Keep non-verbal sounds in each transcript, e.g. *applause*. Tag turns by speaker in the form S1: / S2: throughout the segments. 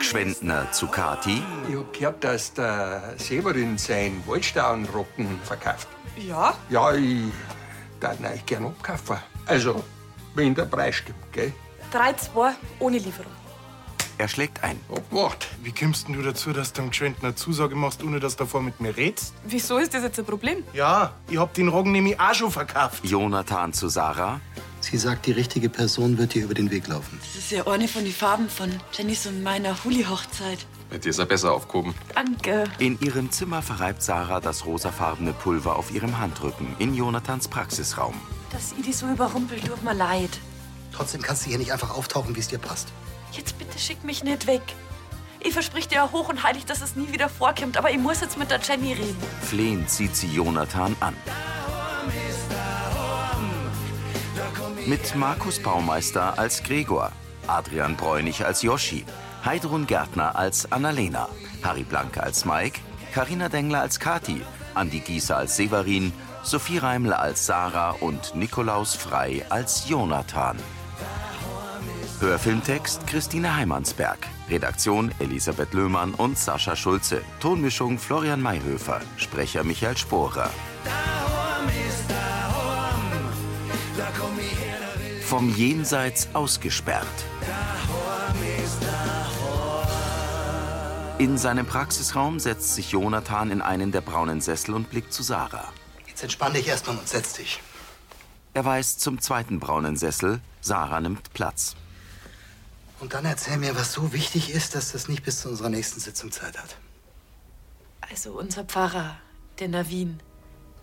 S1: Schwendner zu Kati.
S2: Ich hab gehört, dass der Severin sein Waldstauenrocken verkauft.
S3: Ja?
S2: Ja, ich darf euch gern abkaufen. Also, wenn der Preis stimmt, gell?
S3: 3-2 ohne Lieferung.
S1: Er schlägt ein.
S2: Abgemacht.
S4: Wie kommst denn du dazu, dass du dem Geschwendner Zusage machst, ohne dass du davor mit mir redst?
S3: Wieso ist das jetzt ein Problem?
S4: Ja, ich hab den Roggen nämlich auch schon verkauft.
S1: Jonathan zu Sarah.
S5: Sie sagt, die richtige Person wird ihr über den Weg laufen.
S6: Das ist ja eine von den Farben von Jennys und meiner Huli-Hochzeit.
S7: Bei dir ist er besser aufgehoben.
S6: Danke.
S1: In ihrem Zimmer verreibt Sarah das rosafarbene Pulver auf ihrem Handrücken in Jonathans Praxisraum.
S6: Dass ich die so überrumpelt, tut mir leid.
S5: Trotzdem kannst du hier nicht einfach auftauchen, wie es dir passt.
S6: Jetzt bitte schick mich nicht weg. Ich versprich dir ja hoch und heilig, dass es nie wieder vorkommt, aber ich muss jetzt mit der Jenny reden.
S1: Flehend sieht sie Jonathan an. Mit Markus Baumeister als Gregor, Adrian Bräunig als Joschi, Heidrun Gärtner als Annalena, Harry Blanke als Mike, Karina Dengler als Kati, Andi Gieser als Severin, Sophie Reimler als Sarah und Nikolaus Frei als Jonathan. Hörfilmtext Christine Heimansberg. Redaktion Elisabeth Löhmann und Sascha Schulze. Tonmischung Florian Mayhöfer. Sprecher Michael Sporer. Vom Jenseits ausgesperrt. In seinem Praxisraum setzt sich Jonathan in einen der braunen Sessel und blickt zu Sarah.
S5: Jetzt entspann dich erstmal und setz dich.
S1: Er weist zum zweiten braunen Sessel. Sarah nimmt Platz.
S5: Und dann erzähl mir, was so wichtig ist, dass das nicht bis zu unserer nächsten Sitzung Zeit hat.
S6: Also unser Pfarrer, der Navin,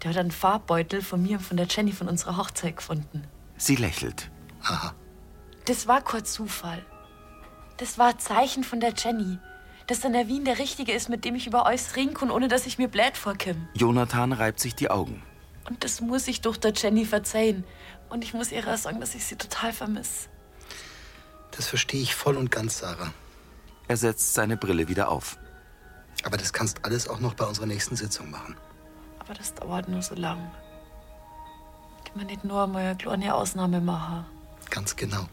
S6: der hat einen Farbbeutel von mir und von der Jenny von unserer Hochzeit gefunden.
S1: Sie lächelt.
S6: Das war kein Zufall. Das war ein Zeichen von der Jenny, dass der Navin der Richtige ist, mit dem ich über euch reden kann, ohne dass ich mir blöd vorkomme.
S1: Jonathan reibt sich die Augen.
S6: Und das muss ich durch der Jenny verzeihen. Und ich muss ihrer sagen, dass ich sie total vermisse.
S5: Das verstehe ich voll und ganz, Sarah.
S1: Er setzt seine Brille wieder auf.
S5: Aber das kannst alles auch noch bei unserer nächsten Sitzung machen.
S6: Aber das dauert nur so lang. Kann man nicht nur einmal eine kleine Ausnahme machen.
S5: Ganz genau.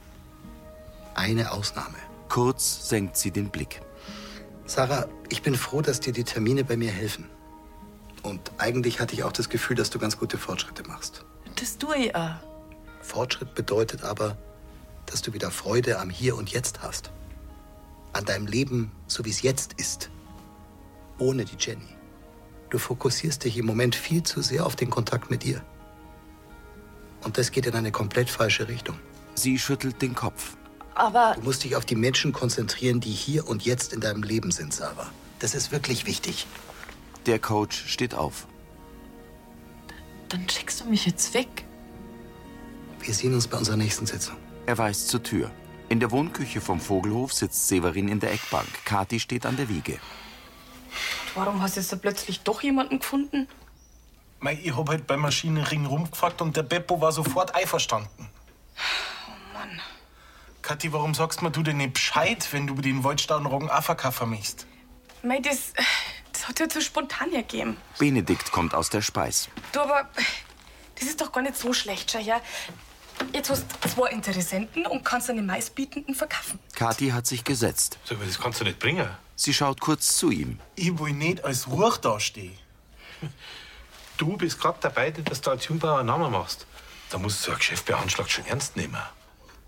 S5: Eine Ausnahme.
S1: Kurz senkt sie den Blick.
S5: Sarah, ich bin froh, dass dir die Termine bei mir helfen. Und eigentlich hatte ich auch das Gefühl, dass du ganz gute Fortschritte machst.
S6: Und das tue ich auch.
S5: Fortschritt bedeutet aber, dass du wieder Freude am Hier und Jetzt hast. An deinem Leben, so wie es jetzt ist. Ohne die Jenny. Du fokussierst dich im Moment viel zu sehr auf den Kontakt mit ihr. Und das geht in eine komplett falsche Richtung.
S1: Sie schüttelt den Kopf.
S6: Aber
S5: Du musst dich auf die Menschen konzentrieren, die hier und jetzt in deinem Leben sind, Sarah. Das ist wirklich wichtig.
S1: Der Coach steht auf.
S6: dann schickst du mich jetzt weg.
S5: Wir sehen uns bei unserer nächsten Sitzung.
S1: Er weist zur Tür. In der Wohnküche vom Vogelhof sitzt Severin in der Eckbank. Kati steht an der Wiege.
S3: Und warum hast du jetzt da plötzlich doch jemanden gefunden?
S4: Mei, ich hab halt beim Maschinenring rumgefragt und der Beppo war sofort einverstanden.
S3: Mann.
S4: Kathi, warum sagst mir du denn nicht Bescheid, wenn du den Waldstaudenroggen auch verkaufen möchtest?
S3: Mei, das, das hat ja zu spontan ergeben.
S1: Benedikt kommt aus der Speis.
S3: Du, aber das ist doch gar nicht so schlecht, schau her. Jetzt hast du zwei Interessenten und kannst einen meistbietenden verkaufen.
S1: Kati hat sich gesetzt.
S7: So, aber das kannst du nicht bringen.
S1: Sie schaut kurz zu ihm.
S4: Ich will nicht als Ruch dastehen.
S7: *laughs* Du bist gerade dabei, dass du als Jungbauer einen Namen machst. Da musst du so ein Geschäft beanschlagt schon ernst nehmen.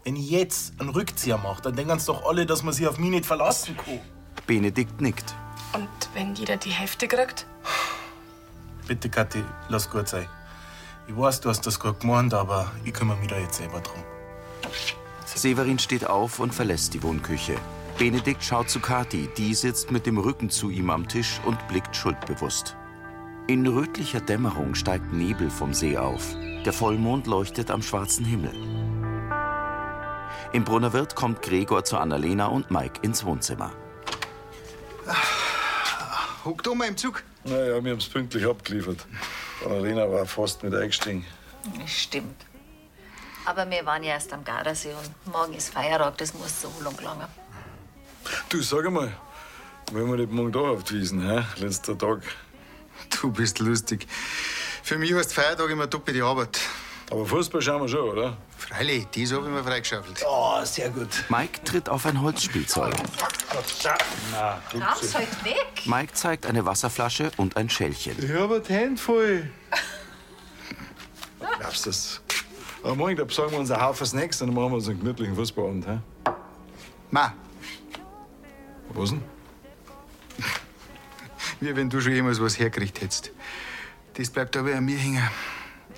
S4: Wenn ich jetzt einen Rückzieher mache, dann denken sie doch alle, dass man sich auf mich nicht verlassen kann.
S1: Benedikt nickt.
S3: Und wenn jeder die Hälfte kriegt?
S4: Bitte, Kathi, lass gut sein. Ich weiß, du hast das gut gemeint, aber ich kümmere mich da jetzt selber drum.
S1: Severin steht auf und verlässt die Wohnküche. Benedikt schaut zu Kati, die sitzt mit dem Rücken zu ihm am Tisch und blickt schuldbewusst. In rötlicher Dämmerung steigt Nebel vom See auf. Der Vollmond leuchtet am schwarzen Himmel. Im Brunnerwirt kommt Gregor zu Annalena und Mike ins Wohnzimmer.
S2: Hockt oben im Zug.
S8: Naja, wir haben es pünktlich abgeliefert. Annalena war fast mit eingestiegen.
S9: Stimmt. Aber wir waren ja erst am Gardasee und morgen ist Feiertag, das muss so lang lange.
S8: Du, sag mal, wollen wir nicht morgen da auf die Wiesen, hä? Letzter Tag.
S10: Du bist lustig. Für mich heißt Feiertag immer doppelte Arbeit.
S8: Aber Fußball schauen wir schon, oder?
S10: Freilich, die habe ich mir freigeschaufelt.
S1: Oh, sehr gut. Mike tritt auf ein Holzspielzeug.
S8: Na,
S9: Raus halt weg.
S1: Mike zeigt eine Wasserflasche und ein Schälchen.
S8: Ich habe ein Hand voll. Glaubst du das? Aber morgen da besorgen wir uns einen Haufen Snacks und dann machen wir uns einen gemütlichen Fußballabend. He?
S10: Ma,
S8: Was denn?
S10: *laughs* wie wenn du schon jemals was hergekriegt hättest. Das bleibt aber an mir hängen.
S8: Ja,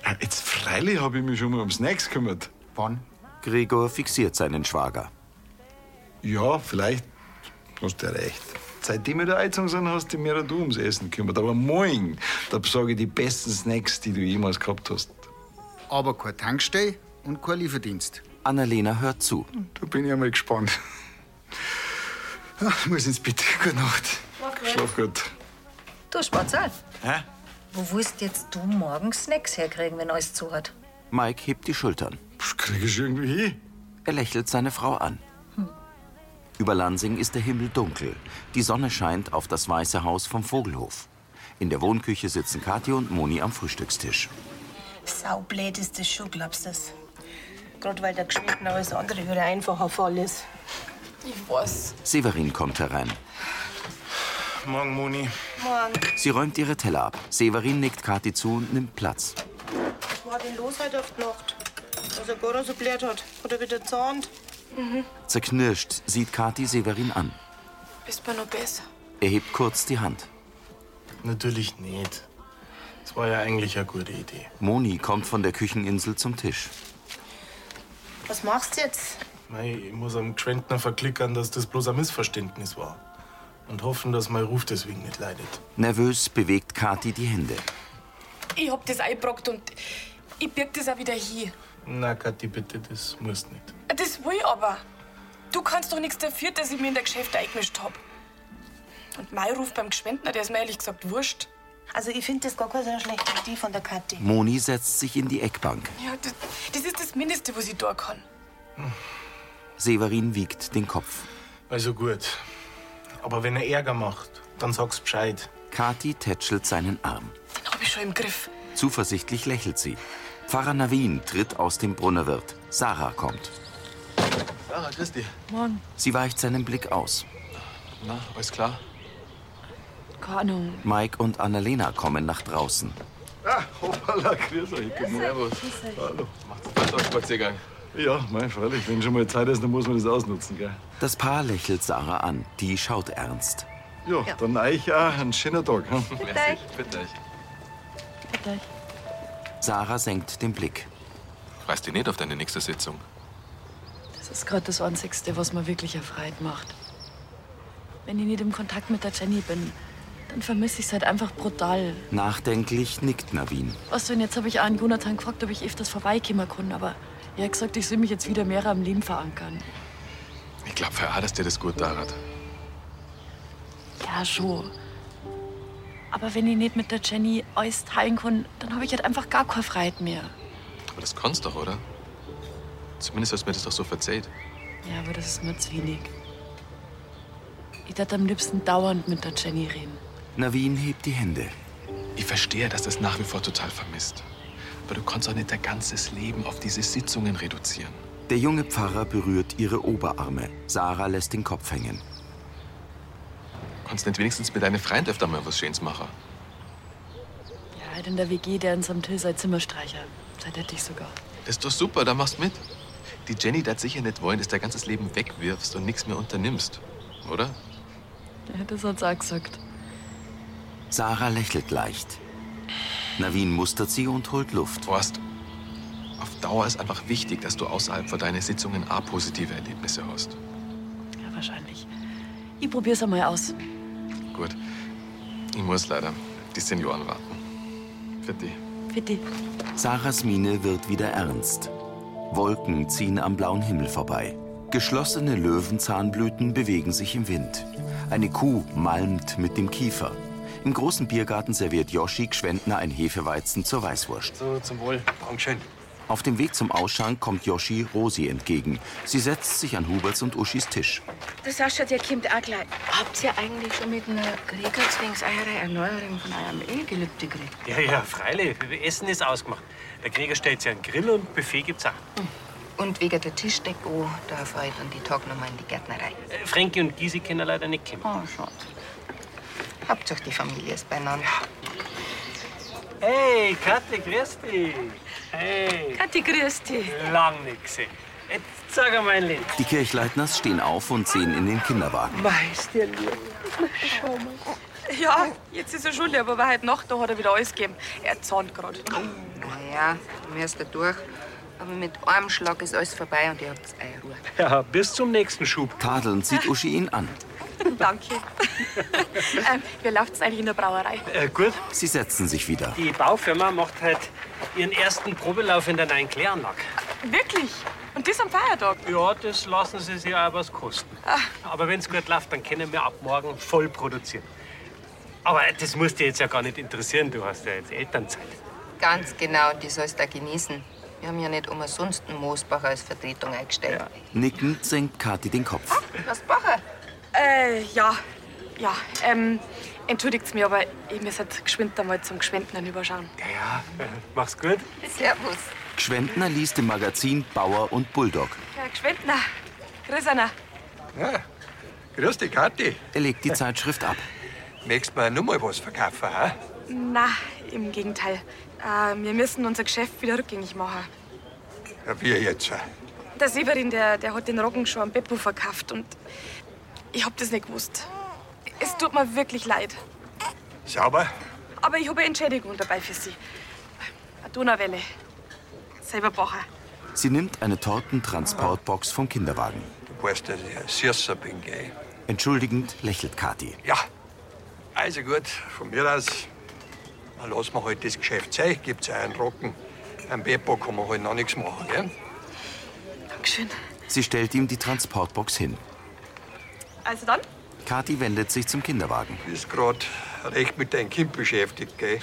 S8: Ah, Jetzt freilich habe ich mich schon mal um Snacks gekümmert.
S10: Wann?
S1: Gregor fixiert seinen Schwager.
S8: Ja, vielleicht hast du ja recht. Seitdem wir da eingezogen sind, hast du dich mehr du ums Essen gekümmert. Aber morgen, da besorge ich die besten Snacks, die du jemals gehabt hast.
S10: Aber keine Tankstelle und kein Lieferdienst.
S1: Annalena hört zu.
S10: Da bin ich einmal gespannt. Ich muss ins Bett. Gute Nacht.
S8: Schlaf gut.
S9: Du, Spatzel,
S8: Hä?
S9: wo willst jetzt du morgen Snacks herkriegen, wenn alles zu hat?
S1: Mike hebt die Schultern.
S8: Pff, Krieg ich irgendwie hin?
S1: Er lächelt seine Frau an. Hm. Über Lansing ist der Himmel dunkel. Die Sonne scheint auf das weiße Haus vom Vogelhof. In der Wohnküche sitzen Kathi und Moni am Frühstückstisch.
S11: Saublöd ist das schon, glaubst du das? Gerade weil der geschnitten alles andere wieder einfacher Fall ist.
S3: Ich weiß.
S1: Severin kommt herein.
S4: Morgen, Moni.
S11: Morgen,
S1: Sie räumt ihre Teller ab. Severin nickt Kathi zu und nimmt Platz.
S11: was war denn los heute auf die Nacht? Dass er gar so blöd hat. Hat er wieder zahnt? Mhm.
S1: Zerknirscht sieht Kathi Severin an.
S3: Bist mir noch besser.
S1: Er hebt kurz die Hand.
S4: Natürlich nicht. Das war ja eigentlich eine gute Idee.
S1: Moni kommt von der Kücheninsel zum Tisch.
S11: Was machst du jetzt?
S4: Mei, ich muss am Quentner verklickern, dass das bloß ein Missverständnis war. Und hoffen, dass mein Ruf deswegen nicht leidet.
S1: Nervös bewegt Kathi die Hände.
S3: Ich hab das eingebrockt und ich birg das auch wieder hier.
S4: Na, Kathi, bitte, das muss nicht.
S3: Das will ich aber. Du kannst doch nichts dafür, dass ich mir in der Geschäfte eingemischt hab. Und mein Ruf beim Geschwendner, der ist mir ehrlich gesagt wurscht.
S11: Also, ich finde das gar keine so schlechte Idee von der Kathi.
S1: Moni setzt sich in die Eckbank.
S3: Ja, das, das ist das Mindeste, was ich tun kann.
S1: Severin wiegt den Kopf.
S4: Also gut. Aber wenn er Ärger macht, dann sag's Bescheid.
S1: Kathi tätschelt seinen Arm.
S3: Den hab ich schon im Griff.
S1: Zuversichtlich lächelt sie. Pfarrer Navin tritt aus dem Brunnerwirt. Sarah kommt.
S7: Sarah, grüß dich.
S6: Morgen.
S1: Sie weicht seinen Blick aus.
S7: Na, alles klar?
S6: Keine Ahnung.
S1: Mike und Annalena kommen nach draußen.
S8: Ah, hoppala, grüß euch. Guten Morgen. Hallo.
S7: Was ist Spaziergang?
S8: Ja, mein freilich, wenn schon mal Zeit ist, dann muss man das ausnutzen, gell?
S1: Das Paar lächelt Sarah an. Die schaut ernst.
S8: Ja, dann euch auch einen schönen Tag. Hm?
S9: Bitte.
S7: Bitte.
S1: Sarah senkt den Blick.
S7: Weißt du nicht auf deine nächste Sitzung?
S6: Das ist gerade das Einzigste, was mir wirklich erfreut macht. Wenn ich nicht im Kontakt mit der Jenny bin, dann vermisse ich es halt einfach brutal.
S1: Nachdenklich nickt Navin.
S6: Weißt du, und jetzt habe ich auch einen Jonathan gefragt, ob ich öfters vorbeikommen kann, aber er hat gesagt, ich soll mich jetzt wieder mehr am Leben verankern.
S7: Ich glaube, ja, dass dir das gut daran.
S6: Ja, schon. Aber wenn ich nicht mit der Jenny alles teilen kann, dann habe ich halt einfach gar keine Freiheit mehr.
S7: Aber das kannst doch, oder? Zumindest hast du mir das doch so verzeiht.
S6: Ja, aber das ist mir zu wenig. Ich darf am liebsten dauernd mit der Jenny reden.
S1: Navin hebt die Hände.
S7: Ich verstehe, dass das nach wie vor total vermisst. Aber du kannst doch nicht dein ganzes Leben auf diese Sitzungen reduzieren.
S1: Der junge Pfarrer berührt ihre Oberarme. Sarah lässt den Kopf hängen.
S7: Kannst nicht wenigstens mit deinen Freunden öfter mal was Schönes machen?
S6: Ja, halt in der WG, der in seinem Till sein Zimmer streichert. Seit hätte ich sogar.
S7: Das ist doch super, da machst mit. Die Jenny darf sicher nicht wollen, dass du dein ganzes Leben wegwirfst und nichts mehr unternimmst, oder?
S6: Ja, das hat's auch gesagt.
S1: Sarah lächelt leicht. Navin mustert sie und holt Luft.
S7: Forst, auf Dauer ist einfach wichtig, dass du außerhalb von deinen Sitzungen A positive Erlebnisse hast.
S6: Ja, wahrscheinlich. Ich probier's einmal aus.
S7: Gut, ich muss leider. Die Senioren warten. Für die.
S6: Bitte.
S1: Sarahs Miene wird wieder ernst. Wolken ziehen am blauen Himmel vorbei. Geschlossene Löwenzahnblüten bewegen sich im Wind. Eine Kuh malmt mit dem Kiefer. Im großen Biergarten serviert Yoshi Gschwendner ein Hefeweizen zur Weißwurst.
S4: So, zum Wohl.
S10: Dankeschön.
S1: Auf dem Weg zum Ausschank kommt Yoshi Rosi entgegen. Sie setzt sich an Huberts und Uschis Tisch.
S6: Der Sascha, der kommt auch gleich. Habt ihr eigentlich schon mit einer Gregers wegen eurer Erneuerung von eurem Ehegelübde geredet?
S12: Ja, ja, freilich. Essen ist ausgemacht. Der Krieger stellt sich einen Grill und Buffet gibt's auch.
S13: Und wegen der oh, Tischdeko darf heute an die Tag nochmal in die Gärtnerei.
S12: Äh, Frankie und Gysi können leider nicht kommen.
S13: Oh, schade. Hauptsache die Familie ist beieinander.
S12: Hey, Kathi, grüß dich. Hey.
S6: Kathi, grüß dich.
S12: Lang nicht gesehen. Jetzt sag einmal, mein Lieb.
S1: Die Kirchleitners stehen auf und sehen in den Kinderwagen.
S6: Meister,
S3: dir lieb.
S6: schau mal.
S3: Ja, jetzt ist er schuld, aber war heute Nacht, da hat er wieder alles gegeben. Er zahnt gerade.
S13: Naja, wir sind da durch. Aber mit einem Schlag ist alles vorbei und ihr habt eure Ruhe.
S1: Ja, bis zum nächsten Schub. Tadelnd sieht Uschi ihn an.
S3: *laughs* Danke. ähm, wie läuft's eigentlich in der Brauerei?
S12: gut.
S1: Sie setzen sich wieder.
S12: Die Baufirma macht halt ihren ersten Probelauf in der neuen Kläranlage.
S3: Wirklich? Und das am Feiertag?
S12: Ja, das lassen sie sich auch was kosten. Aber wenn's gut läuft, dann können wir ab morgen voll produzieren. Aber das muss dich jetzt ja gar nicht interessieren. Du hast ja jetzt Elternzeit.
S13: Ganz genau, und die sollst du auch genießen. Wir haben ja nicht umsonst einen Moosbacher als Vertretung eingestellt.
S1: Nickend senkt Kathi den Kopf.
S13: Was Bacher?
S3: Äh, ja. Ja, ähm, entschuldigt's mir, aber ich muss halt geschwind einmal zum Geschwendner überschauen.
S12: Ja, ja. Mach's gut.
S13: Servus.
S1: Gschwendner liest im Magazin Bauer und Bulldog.
S3: Herr Geschwendner, grüß einer.
S2: Ja, grüß dich, Kathi.
S1: Er legt die Zeitschrift ab.
S2: Möchtest mir noch mal was verkaufen, ha?
S3: Na, im Gegenteil. Äh, wir müssen unser Geschäft wieder rückgängig machen.
S2: Ja, wir jetzt. ha?
S3: Der Severin, der, der hat den Roggen schon am Beppo verkauft und ich hab das nicht gewusst. Es tut mir wirklich leid,
S2: Sauber?
S3: aber ich habe eine Entschädigung dabei für Sie. Eine Donauwelle. Selber bacher.
S1: Sie nimmt eine Tortentransportbox vom Kinderwagen.
S2: Du weißt, dass ich ein Süßer bin, gell?
S1: Entschuldigend lächelt Kathi.
S2: Ja. Also gut, von mir aus, dann lassen wir halt das Geschäft sein. Gibt's auch einen Rocken. Am Beppo kann man halt noch nichts machen, gell?
S3: Dankeschön.
S1: Sie stellt ihm die Transportbox hin.
S3: Also dann?
S1: Kathi wendet sich zum Kinderwagen.
S2: Bist grad recht mit deinem Kind beschäftigt, gell?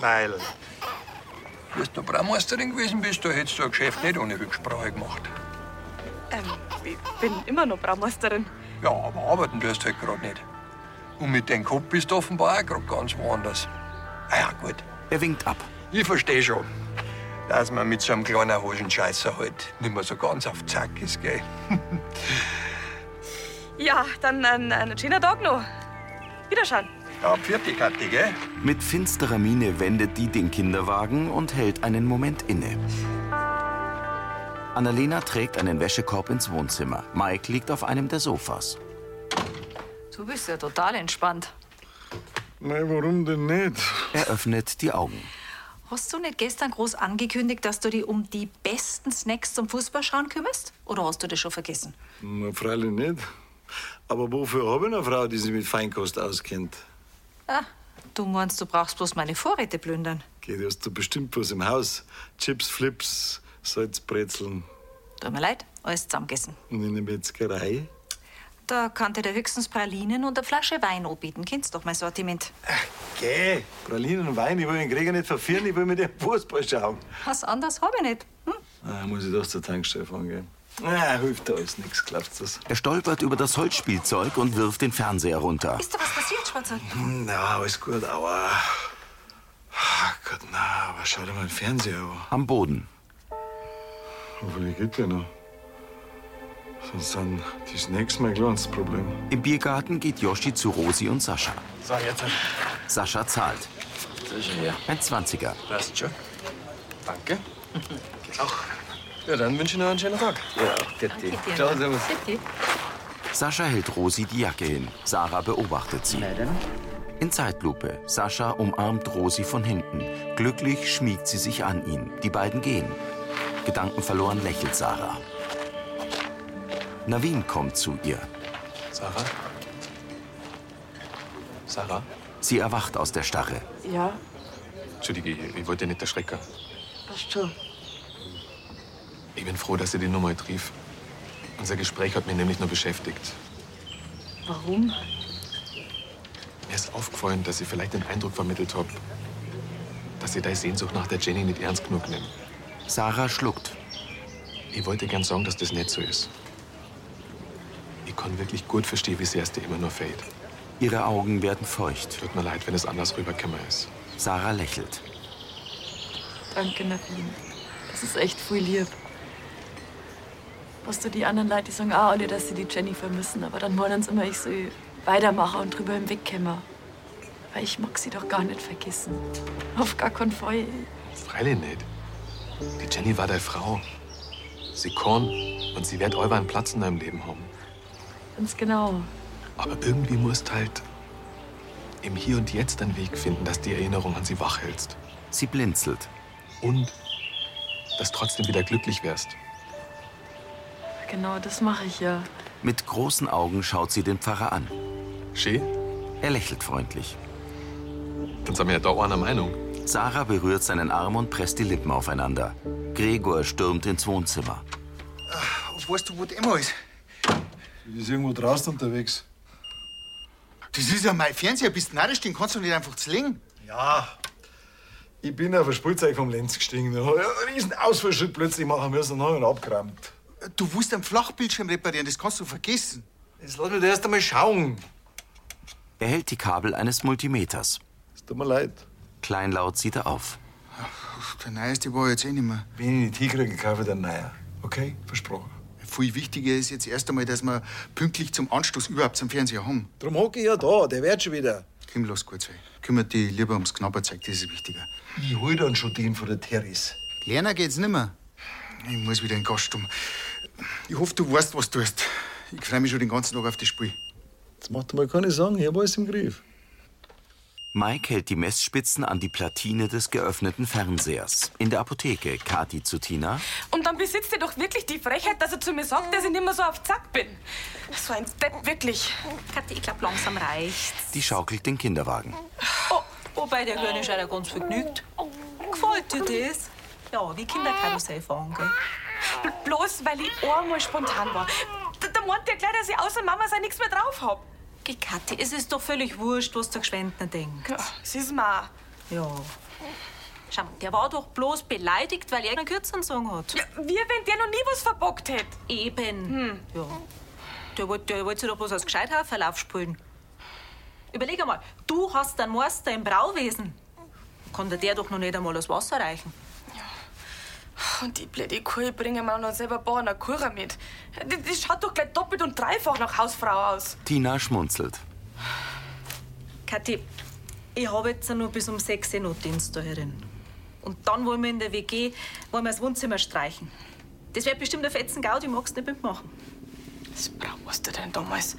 S2: Weil. Du bist du Braumeisterin gewesen bist, da hättest du ein Geschäft nicht ohne Rücksprache gemacht.
S3: Ähm, ich bin immer noch Braumeisterin.
S2: Ja, aber arbeiten tust du halt gerade nicht. Und mit deinem Kopf bist du offenbar auch gerade ganz woanders. Ah ja, gut.
S1: Er winkt ab.
S2: Ich verstehe schon, dass man mit so einem kleinen Hosenscheißer halt nicht mehr so ganz auf Zack ist, gell?
S3: Ja, dann einen, einen schönen Tag noch. Wiederschauen.
S2: Ja, pfiat dich, Kathi, gell?
S1: Mit finsterer Miene wendet die den Kinderwagen und hält einen Moment inne. Annalena trägt einen Wäschekorb ins Wohnzimmer. Mike liegt auf einem der Sofas.
S14: Du bist ja total entspannt.
S1: Nein, warum denn nicht? Er öffnet die Augen.
S9: Hast du nicht gestern groß angekündigt, dass du dich um die besten Snacks zum Fußballschauen kümmerst? Oder hast du das schon vergessen?
S8: Na, freilich nicht. Aber wofür habe ich eine Frau, die sich mit Feinkost auskennt?
S9: Ah, du meinst, du brauchst bloß meine Vorräte plündern.
S8: Geh, du hast du bestimmt was im Haus. Chips, Flips, Salzbrezeln.
S9: Tut mir leid, alles zusammengegessen.
S8: Und in der Metzgerei?
S9: Da kann dir der höchstens Pralinen und eine Flasche Wein anbieten. Kennst doch mein Sortiment.
S8: Geh, Pralinen und Wein, ich will den Gregor nicht verführen, ich will mit dem Fußball schauen.
S9: Was anderes habe ich nicht.
S8: Ah, muss ich doch zur Tankstelle fahren gehen. Ah, hilft da alles nichts, glaubst du das?
S1: Er stolpert über das Holzspielzeug und wirft den Fernseher runter.
S9: Ist da was passiert, Schwarzer?
S8: Na, alles gut, aber. Ach Gott, na, aber schau dir mal den Fernseher an.
S1: Am Boden.
S8: Hoffentlich geht der noch. Sonst sind die Snacks mein kleines Problem.
S1: Im Biergarten geht Yoshi zu Rosi und Sascha.
S15: So, jetzt.
S1: Sascha zahlt. Ein Zwanziger.
S7: Passt schon. Danke. Auch. Ja, dann wünsche ich noch einen schönen Tag. Ja,
S1: Danke dir. Ciao, servus. Sascha hält Rosi die Jacke hin. Sarah beobachtet sie. In Zeitlupe. Sascha umarmt Rosi von hinten. Glücklich schmiegt sie sich an ihn. Die beiden gehen. Gedankenverloren lächelt Sarah. Navin kommt zu ihr.
S7: Sarah? Sarah?
S1: Sie erwacht aus der Starre.
S6: Ja,
S7: Entschuldige, ich, ich wollte dich nicht erschrecken.
S6: passt schon.
S7: Ich bin froh, dass ich dich noch mal triff. Unser Gespräch hat mich nämlich noch beschäftigt.
S6: Warum?
S7: Mir ist aufgefallen, dass ich vielleicht den Eindruck vermittelt habe, dass ich deine Sehnsucht nach der Jenny nicht ernst genug nimm.
S1: Sarah schluckt.
S7: Ich wollte gern sagen, dass das nicht so ist. Ich kann wirklich gut verstehen, wie sehr es dir immer nur fehlt.
S1: Ihre Augen werden feucht.
S7: Tut mir leid, wenn es anders rübergekommen ist.
S1: Sarah lächelt.
S6: Danke, Nadine. Das ist echt voll lieb. Was du die anderen Leute die sagen auch alle, dass sie die Jenny vermissen, aber dann wollen sie immer, ich soll weitermachen und drüber hinwegkommen. Weil ich mag sie doch gar nicht vergessen. Auf gar keinen Fall.
S7: Freilich nicht. Die Jenny war deine Frau. Sie kann und sie wird euren Platz in deinem Leben haben.
S6: Ganz genau.
S7: Aber irgendwie musst halt im Hier und Jetzt einen Weg finden, dass die Erinnerung an sie wach hältst.
S1: Sie blinzelt.
S7: Und dass trotzdem wieder glücklich wärst.
S6: Genau, das mache ich ja.
S1: Mit großen Augen schaut sie den Pfarrer an.
S7: Schön?
S1: Er lächelt freundlich.
S7: Dann sind wir ja da einer Meinung.
S1: Sarah berührt seinen Arm und presst die Lippen aufeinander. Gregor stürmt ins Wohnzimmer.
S10: Weißt du, wo die Emma ist?
S8: Die ist irgendwo draußen unterwegs.
S10: Das ist ja mein Fernseher. Bist du narrisch, den kannst du nicht einfach zlegen.
S8: Ja. Ich bin auf ein Spielzeug vom Lenz gestiegen. Da hab ich einen riesen Ausfallschritt plötzlich machen müssen und hab ihn abgerammt.
S10: Du willst einen Flachbildschirm reparieren, das kannst du vergessen.
S8: Jetzt lass mich da erst einmal schauen.
S1: Er hält die Kabel eines Multimeters.
S8: Es tut mir leid.
S1: Kleinlaut sieht er auf.
S10: Der neueste war jetzt eh nicht mehr.
S8: Wenn ich nicht hinkriege, kaufe ich den neuen. Okay? Versprochen.
S10: Viel wichtiger ist jetzt erst einmal, dass wir pünktlich zum Anstoß überhaupt zum Fernseher haben.
S8: Drum hocke ich ja da, der wird schon wieder.
S10: Kim, lass gut sein. Kümmert dich lieber ums Knabberzeug, das ist wichtiger.
S8: Ich hol dann schon den von der Teres.
S10: Lerner geht's nimmer. Ich muss wieder in den Gastum. Ich hoffe, du weißt, was du tust. Ich freue mich schon den ganzen Tag auf das Spiel.
S8: Das macht mal keine Sorgen, ich hab alles im Griff.
S1: Mike hält die Messspitzen an die Platine des geöffneten Fernsehers. In der Apotheke, Kathi zu Tina.
S3: Und dann besitzt er doch wirklich die Frechheit, dass er zu mir sagt, dass ich nicht mehr so auf Zack bin. So ein Depp, wirklich.
S16: Kathi, ich glaub, langsam reicht's.
S1: Die schaukelt den Kinderwagen.
S16: Oh, wobei der Höhnisch hat ja ganz vergnügt. Gefällt dir das? Ja, wie Kinderkarussell fahren, gell?
S3: Bl- Bloß weil ich einmal spontan war. Da, da meint der gleich, dass ich außer Mama sein nichts mehr drauf hab.
S16: Geh, Kathi, es ist doch völlig wurscht, was der Geschwendner denkt. Ja,
S3: es ist mir
S16: Ja. Schau mal, der war doch bloß beleidigt, weil er einen kürzeren Song hat.
S3: Ja, wie wenn der noch nie was verbockt hätte.
S16: Eben. Ja. Der wollte der wollte sich doch bloß als Gescheithafer aufspülen. Überleg einmal, du hast einen Meister im Brauwesen. Konnte der doch noch nicht einmal das Wasser reichen.
S3: Und die blöde Kuh bringen mir auch noch selber Bauern eine Kuchen mit. Die, die schaut doch gleich doppelt und dreifach nach Hausfrau aus.
S1: Tina schmunzelt.
S16: Kathi, ich habe jetzt nur bis um 6 Uhr Notdienst da herin. Und dann wollen wir in der WG wollen wir das Wohnzimmer streichen. Das wird bestimmt ein fetzen Gaudi, magst du nicht mitmachen.
S3: Das brauchst du denn damals?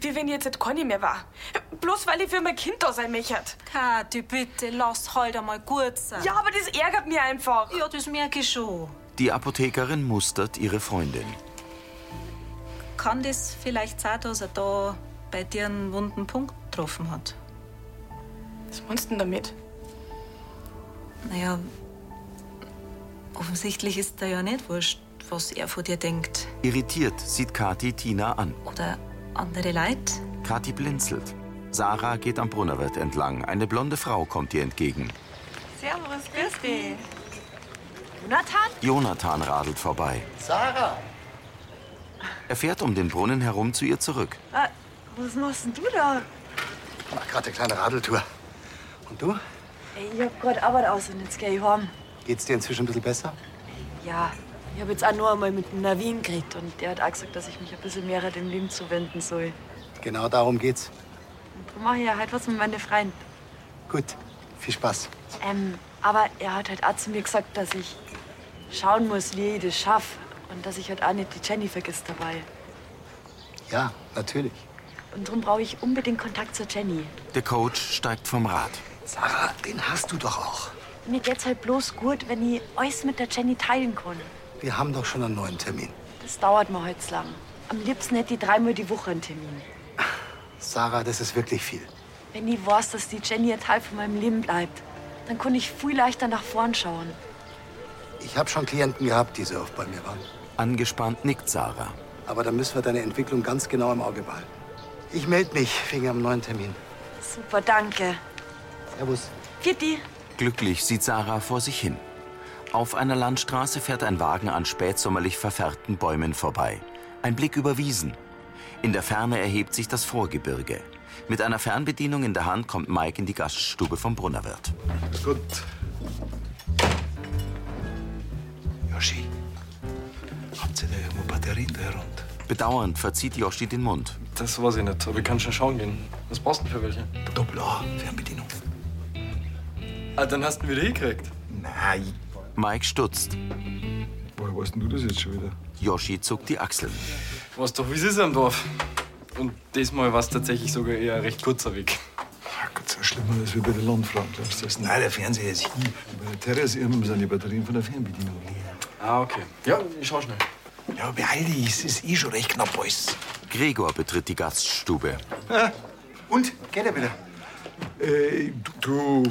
S3: Wie wenn ich jetzt halt keine mehr war. Bloß weil ich für mein Kind da sein möchte.
S16: Kathi, bitte, lass halt einmal gut sein.
S3: Ja, aber das ärgert mich einfach.
S16: Ja, das merke ich schon.
S1: Die Apothekerin mustert ihre Freundin.
S16: Kann das vielleicht sein, dass er Also da bei dir einen wunden Punkt getroffen hat?
S3: Was meinst du denn damit?
S16: Naja, offensichtlich ist er ja nicht wurscht, was er von dir denkt.
S1: Irritiert sieht Kathi Tina an.
S16: Oder andere Leid.
S1: Kathi blinzelt. Sarah geht am Brunnerwirt entlang. Eine blonde Frau kommt ihr entgegen.
S17: Servus, grüß dich.
S16: Jonathan?
S1: Jonathan radelt vorbei.
S17: Sarah.
S1: Er fährt um den Brunnen herum zu ihr zurück.
S17: Ah, was machst denn du da?
S5: Mach gerade eine kleine Radeltour. Und du?
S6: Ich hab grad Arbeit aus und jetzt geh ich heim.
S5: Geht's dir inzwischen ein bisschen besser?
S6: Ja, ich hab jetzt auch nur einmal mit dem Navin geredet und der hat auch gesagt, dass ich mich ein bisschen mehr dem Leben zuwenden soll.
S5: Genau darum geht's.
S6: Da mach ich ja halt was mit meinen Freunden.
S5: Gut, viel Spaß.
S6: Ähm, aber er hat halt auch zu mir gesagt, dass ich schauen muss, wie ich das schaff und dass ich halt auch nicht die Jenny vergiss dabei.
S5: Ja, natürlich.
S6: Und darum brauche ich unbedingt Kontakt zur Jenny.
S1: Der Coach steigt vom Rad.
S5: Sarah, den hast du doch auch.
S6: Mir geht's halt bloß gut, wenn ich alles mit der Jenny teilen kann.
S5: Wir haben doch schon einen neuen Termin.
S6: Das dauert mir heute lang. Am liebsten hätte ich dreimal die Woche einen Termin.
S5: Sarah, das ist wirklich viel.
S6: Wenn ich weiß, dass die Jenny ein Teil von meinem Leben bleibt, dann kann ich viel leichter nach vorn schauen.
S5: Ich habe schon Klienten gehabt, die so oft bei mir waren.
S1: Angespannt nickt Sarah.
S5: Aber da müssen wir deine Entwicklung ganz genau im Auge behalten. Ich melde mich wegen einem neuen Termin.
S6: Super, danke.
S5: Servus.
S6: Vierte.
S1: Glücklich sieht Sarah vor sich hin. Auf einer Landstraße fährt ein Wagen an spätsommerlich verfärbten Bäumen vorbei. Ein Blick über Wiesen. In der Ferne erhebt sich das Vorgebirge. Mit einer Fernbedienung in der Hand kommt Mike in die Gaststube vom Brunnerwirt.
S8: Gut. Joschi, habt ihr da irgendwo Batterien da herum?
S1: Bedauernd verzieht Yoshi den Mund.
S7: Das weiß ich nicht, aber ich kann schon schauen gehen.
S8: Hm,
S7: Was brauchst du denn für welche? Doppel A, Fernbedienung. Ah, dann hast du ihn wieder hingekriegt.
S1: Nein. Mike stutzt.
S8: Woher weißt denn du das jetzt schon wieder?
S1: Yoshi zuckt die Achseln.
S18: Weißt doch, wie es ist am Dorf. Und diesmal war es tatsächlich sogar eher ein recht kurzer Weg.
S8: Ah, Gott, so schlimm war das wie bei den Landfrauen, glaubst du das? Nein, der Fernseher ist hin. Bei der Terrasse haben sind die Batterien von der Fernbedienung leer.
S18: Ah, okay. Ja, ich schau schnell.
S8: Ja, beeil dich, es ist eh schon recht knapp alles.
S1: Gregor betritt die Gaststube.
S8: Ah, und? Geht er wieder? Äh, du, du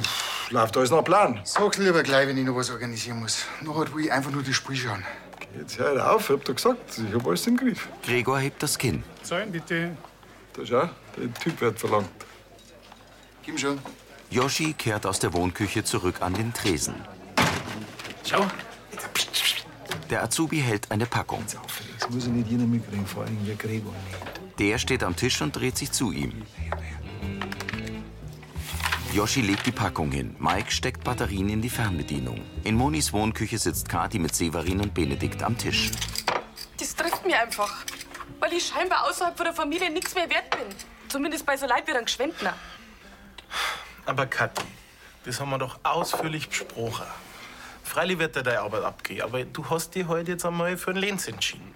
S8: läuft alles nach Plan.
S10: Sag's lieber gleich, wenn ich noch was organisieren muss. Nachher will ich einfach nur das Spiel schauen.
S8: Jetzt hör auf, ich hab doch gesagt, ich hab alles im Griff.
S1: Gregor hebt das Kinn.
S8: Zahlen bitte. Da schau, der Typ wird verlangt.
S10: Gib schon.
S1: Yoshi kehrt aus der Wohnküche zurück an den Tresen.
S8: Schau.
S1: Der Azubi hält eine Packung.
S8: Das muss ja nicht jeder mitkriegen, vor allem der Gregor nicht.
S1: Der steht am Tisch und dreht sich zu ihm. Yoshi legt die Packung hin. Mike steckt Batterien in die Fernbedienung. In Monis Wohnküche sitzt Kati mit Severin und Benedikt am Tisch.
S3: Das trifft mich einfach. Weil ich scheinbar außerhalb von der Familie nichts mehr wert bin. Zumindest bei so Leid wie einem Geschwendner.
S4: Aber Kathi, das haben wir doch ausführlich besprochen. Freilich wird dir deine Arbeit abgehen, aber du hast dich heute jetzt einmal für den Lenz entschieden.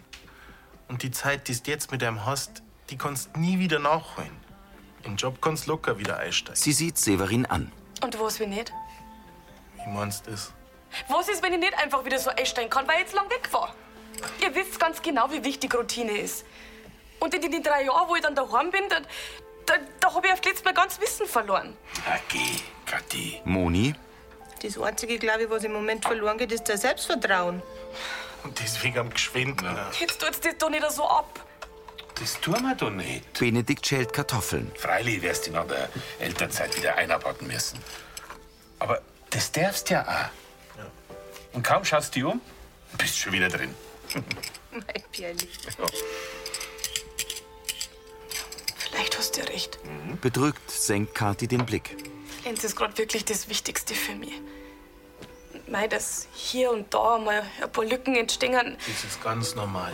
S4: Und die Zeit, die du jetzt mit deinem hast, die kannst du nie wieder nachholen. Im Job kannst du locker wieder einsteigen.
S1: Sie sieht Severin an.
S3: Und wo ist wir nicht?
S4: Wie meinst du das?
S3: Wo ist es, wenn ich nicht einfach wieder so einsteigen kann, weil ich jetzt lang weg war? Ihr wisst ganz genau, wie wichtig Routine ist. Und in den drei Jahren, wo ich dann daheim bin, da, da, da habe ich auf letztes Mal ganz Wissen verloren.
S4: Okay, Kathi.
S1: Moni,
S11: Das Einzige, glaube ich, was im Moment verloren geht, ist das Selbstvertrauen.
S4: Und deswegen am ne? Geschwindner.
S3: Jetzt tut's das doch nicht so ab.
S19: Das tun wir doch nicht.
S1: Benedikt schält Kartoffeln.
S19: Freilich wärst du in der Elternzeit wieder einarbeiten müssen. Aber das darfst ja auch. Und kaum schaust du dich um, bist schon wieder drin.
S11: Mein Pierli.
S3: Vielleicht hast du ja recht.
S1: Bedrückt senkt Kathi den Blick.
S3: Lenz ist gerade wirklich das Wichtigste für mich. Mei, dass hier und da mal ein paar Lücken entstehen.
S4: Das ist ganz normal.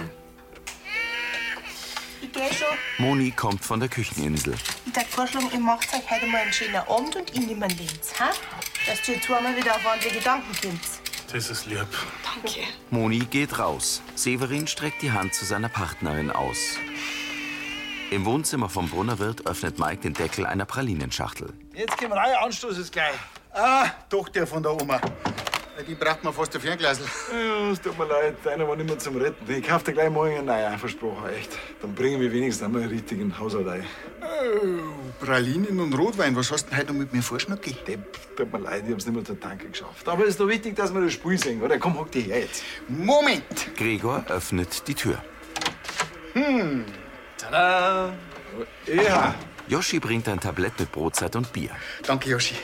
S11: Ich geh schon.
S1: Moni kommt von der Kücheninsel.
S11: Ich würde vorschlagen, ihr macht euch heute mal einen schönen Abend und ich nehme einen Lenz, ha? Dass ihr zweimal wieder auf andere Gedanken kommt.
S4: Das ist lieb.
S3: Danke.
S1: Moni geht raus. Severin streckt die Hand zu seiner Partnerin aus. Im Wohnzimmer vom Brunnerwirt öffnet Mike den Deckel einer Pralinenschachtel.
S20: Jetzt gehen wir rein, Anstoß ist gleich.
S10: Ah, Tochter von der Oma. Die braucht man fast ein Fernglasel.
S8: Ja, es tut mir leid, einer war nicht mehr zum Retten. Ich kauf dir gleich morgen einen neuen, versprochen, echt. Dann bringen wir wenigstens einmal einen richtigen Haushalt ein.
S10: Pralinen Oh, und Rotwein, was hast du denn heute noch mit mir vorschnucki?
S8: Depp, tut mir leid, ich hab's nicht mehr zur Tanke geschafft. Aber es ist doch wichtig, dass wir das Spiel sehen, oder? Komm, hock dich her jetzt.
S10: Moment!
S1: Gregor öffnet die Tür.
S10: Hm.
S18: Äh,
S8: Tada! Ja.
S1: Yoshi bringt ein Tablett mit Brotzeit und Bier.
S10: Danke, Yoshi.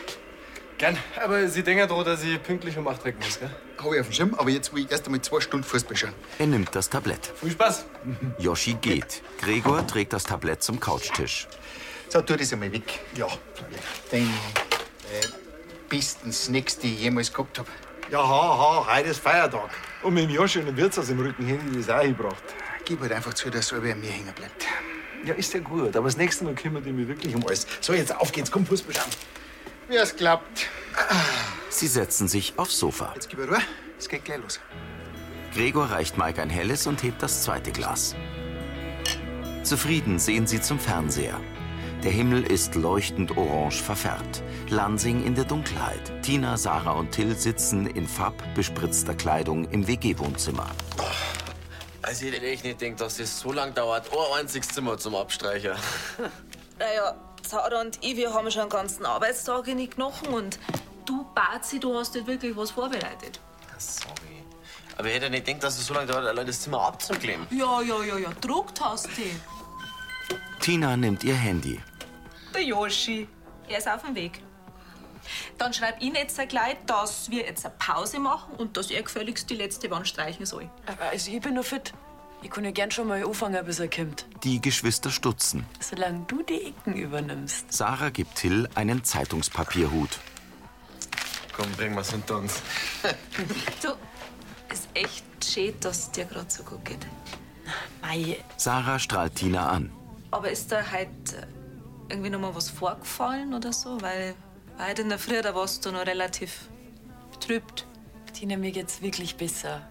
S18: Gern. Aber Sie denken doch, dass ich pünktlich um 8 weg muss, gell?
S10: Hab ich auf dem Schirm, aber jetzt will ich erst einmal zwei Stunden Fußball schauen.
S1: Er nimmt das Tablett.
S18: Viel Spaß!
S1: Yoshi geht. Gregor trägt das Tablett zum Couchtisch.
S10: So, tu das einmal weg. Ja, Den äh, besten Snacks, die ich jemals gehabt hab.
S20: Ja, ha, ha, heute ist Feiertag.
S8: Und mit dem Joshi und dem Wirtshaus im Rücken hätte ich das auch gebracht.
S10: Gib halt einfach zu, dass selber an mir hängen bleibt.
S8: Ja, ist ja gut, aber das nächste Mal kümmert ich mich wirklich um alles. So, jetzt auf geht's, komm, Fußball schauen.
S10: Wer's glaubt.
S1: Sie setzen sich aufs Sofa.
S10: Jetzt gib mir Ruhe, es geht gleich los.
S1: Gregor reicht Mike ein helles und hebt das zweite Glas. Zufrieden sehen sie zum Fernseher. Der Himmel ist leuchtend orange verfärbt. Lansing in der Dunkelheit. Tina, Sarah und Till sitzen in farbbespritzter Kleidung im WG-Wohnzimmer.
S15: Also ich hätte echt nicht gedacht, dass es so lang dauert. Ein einziges Zimmer zum Abstreicher.
S16: Naja, Sarah und ich, wir haben schon einen ganzen Arbeitstag in die Knochen und du, Bazi, du hast nicht wirklich was vorbereitet.
S15: Sorry. Aber ich hätte nicht gedacht, dass es so lange dauert, allein das Zimmer abzukleben.
S16: Ja, ja, ja, ja, druckt hast du.
S1: Tina nimmt ihr Handy.
S16: Der Yoshi. Er ist auf dem Weg. Dann schreib ich jetzt gleich, dass wir jetzt eine Pause machen und dass er gefälligst die letzte Wand streichen soll.
S6: Aber also ich bin noch fit. Ich kann ja gern schon mal anfangen, bis er kommt.
S1: Die Geschwister stutzen.
S6: Solange du die Ecken übernimmst.
S1: Sarah gibt Till einen Zeitungspapierhut.
S18: Komm, bringen wir's hinter uns.
S16: Du, ist echt schön, dass es dir gerade so gut geht. Mei,
S1: Sarah strahlt Tina an.
S16: Aber ist da halt irgendwie noch mal was vorgefallen oder so? Weil heute in der Früh, da warst du noch relativ betrübt.
S6: Tina, mir geht's wirklich besser.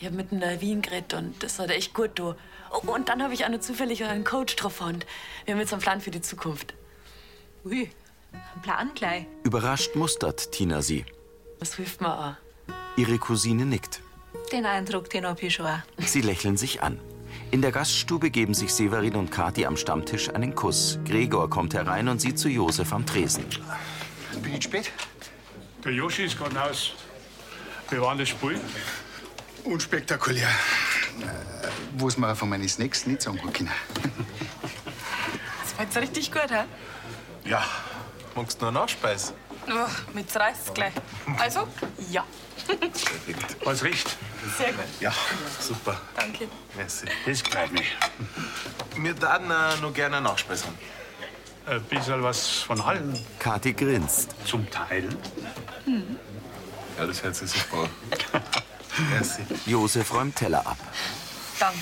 S6: Ich hab mit einer Wien geredet und das hat echt gut do. Oh, und dann habe ich auch noch zufällig einen Coach getroffen und wir haben jetzt einen Plan für die Zukunft.
S16: Ui, einen Plan gleich.
S1: Überrascht mustert Tina sie.
S6: Das hilft mir auch.
S1: Ihre Cousine nickt.
S16: Den Eindruck, den hab ich schon auch.
S1: Sie lächeln sich an. In der Gaststube geben sich Severin und Kathi am Stammtisch einen Kuss. Gregor kommt herein und sieht zu Josef am Tresen.
S20: Bin ich zu spät?
S21: Der Joschi ist gerade raus. Wir waren das Spiel.
S10: Unspektakulär. Äh, Was man von meinen Snacks nicht sagen kann.
S6: Das war jetzt richtig gut, hä?
S4: Ja. Magst du noch Nachspeis?
S3: Uah, Mit reißt's gleich. Also, ja.
S21: Was riecht?
S3: Sehr gut.
S4: Ja, super.
S3: Danke.
S4: Merci.
S21: Das freut mich.
S4: Wir dann äh, noch gerne Nachspeis haben.
S21: Ein bisschen was von allem.
S1: Kathi grinst.
S21: Zum Teil.
S18: Ja, das hört sich super an.
S4: *laughs*
S1: Josef räumt Teller ab.
S3: Danke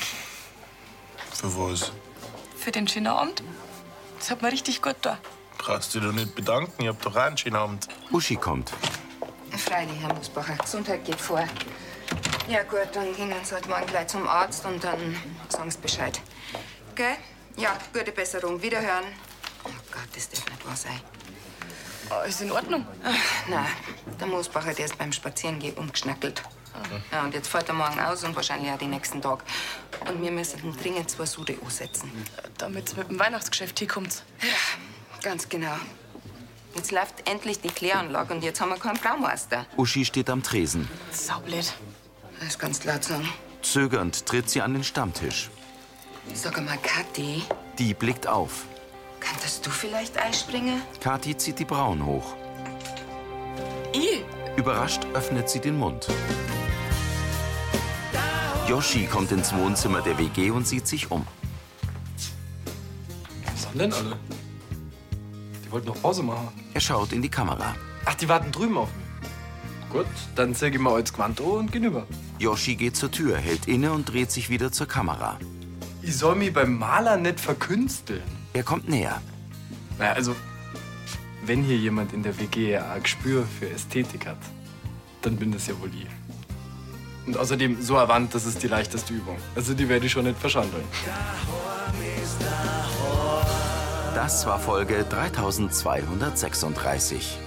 S4: Für was?
S3: für den schönen Abend. Das hat mir richtig gut getan.
S4: Brauchst du dich doch nicht bedanken, ich hab doch auch einen schönen Abend.
S1: Uschi kommt.
S13: Freilich, Herr Musbacher, Gesundheit geht vor. Ja gut, dann gehen Sie heute Morgen gleich zum Arzt und dann sagen Sie Bescheid. Gell? Ja, gute Besserung. Wiederhören. Oh Gott, das darf nicht wahr sein.
S3: Ah, ist in Ordnung.
S13: Na, der Moosbacher, der ist beim Spazierengehen umgeschnackelt.
S3: Mhm.
S13: Ja, und jetzt fährt er morgen aus und wahrscheinlich auch den nächsten Tag. Und wir müssen ihm dringend zwei Sude ansetzen.
S3: Damit es mit dem Weihnachtsgeschäft hinkommt.
S13: Ganz genau. Jetzt läuft endlich die Kläranlage und jetzt haben wir keinen Blaumeister.
S1: Uschi steht am Tresen.
S13: Saublöd. Das ist ganz klar zu sagen.
S1: Zögernd tritt sie an den Stammtisch.
S13: Sag mal, Kathi,
S1: Die blickt auf.
S13: kannst du vielleicht einspringen?
S1: Kathi zieht die Brauen hoch.
S13: Ich?
S1: Überrascht öffnet sie den Mund. Yoshi kommt ins Wohnzimmer der WG und sieht sich um.
S18: Was haben denn alle? Die wollten noch Pause machen.
S1: Er schaut in die Kamera.
S18: Ach, die warten drüben auf mich. Gut, dann zeig ich mir als Quanto und geh rüber.
S1: Yoshi geht zur Tür, hält inne und dreht sich wieder zur Kamera.
S18: Ich soll mich beim Maler nicht verkünsteln.
S1: Er kommt näher.
S18: Naja, also, wenn hier jemand in der WG ein Gespür für Ästhetik hat, dann bin das ja wohl ich. Und außerdem, so erwandt, das ist die leichteste Übung. Also, die werde ich schon nicht verschandeln.
S1: Das war Folge 3236.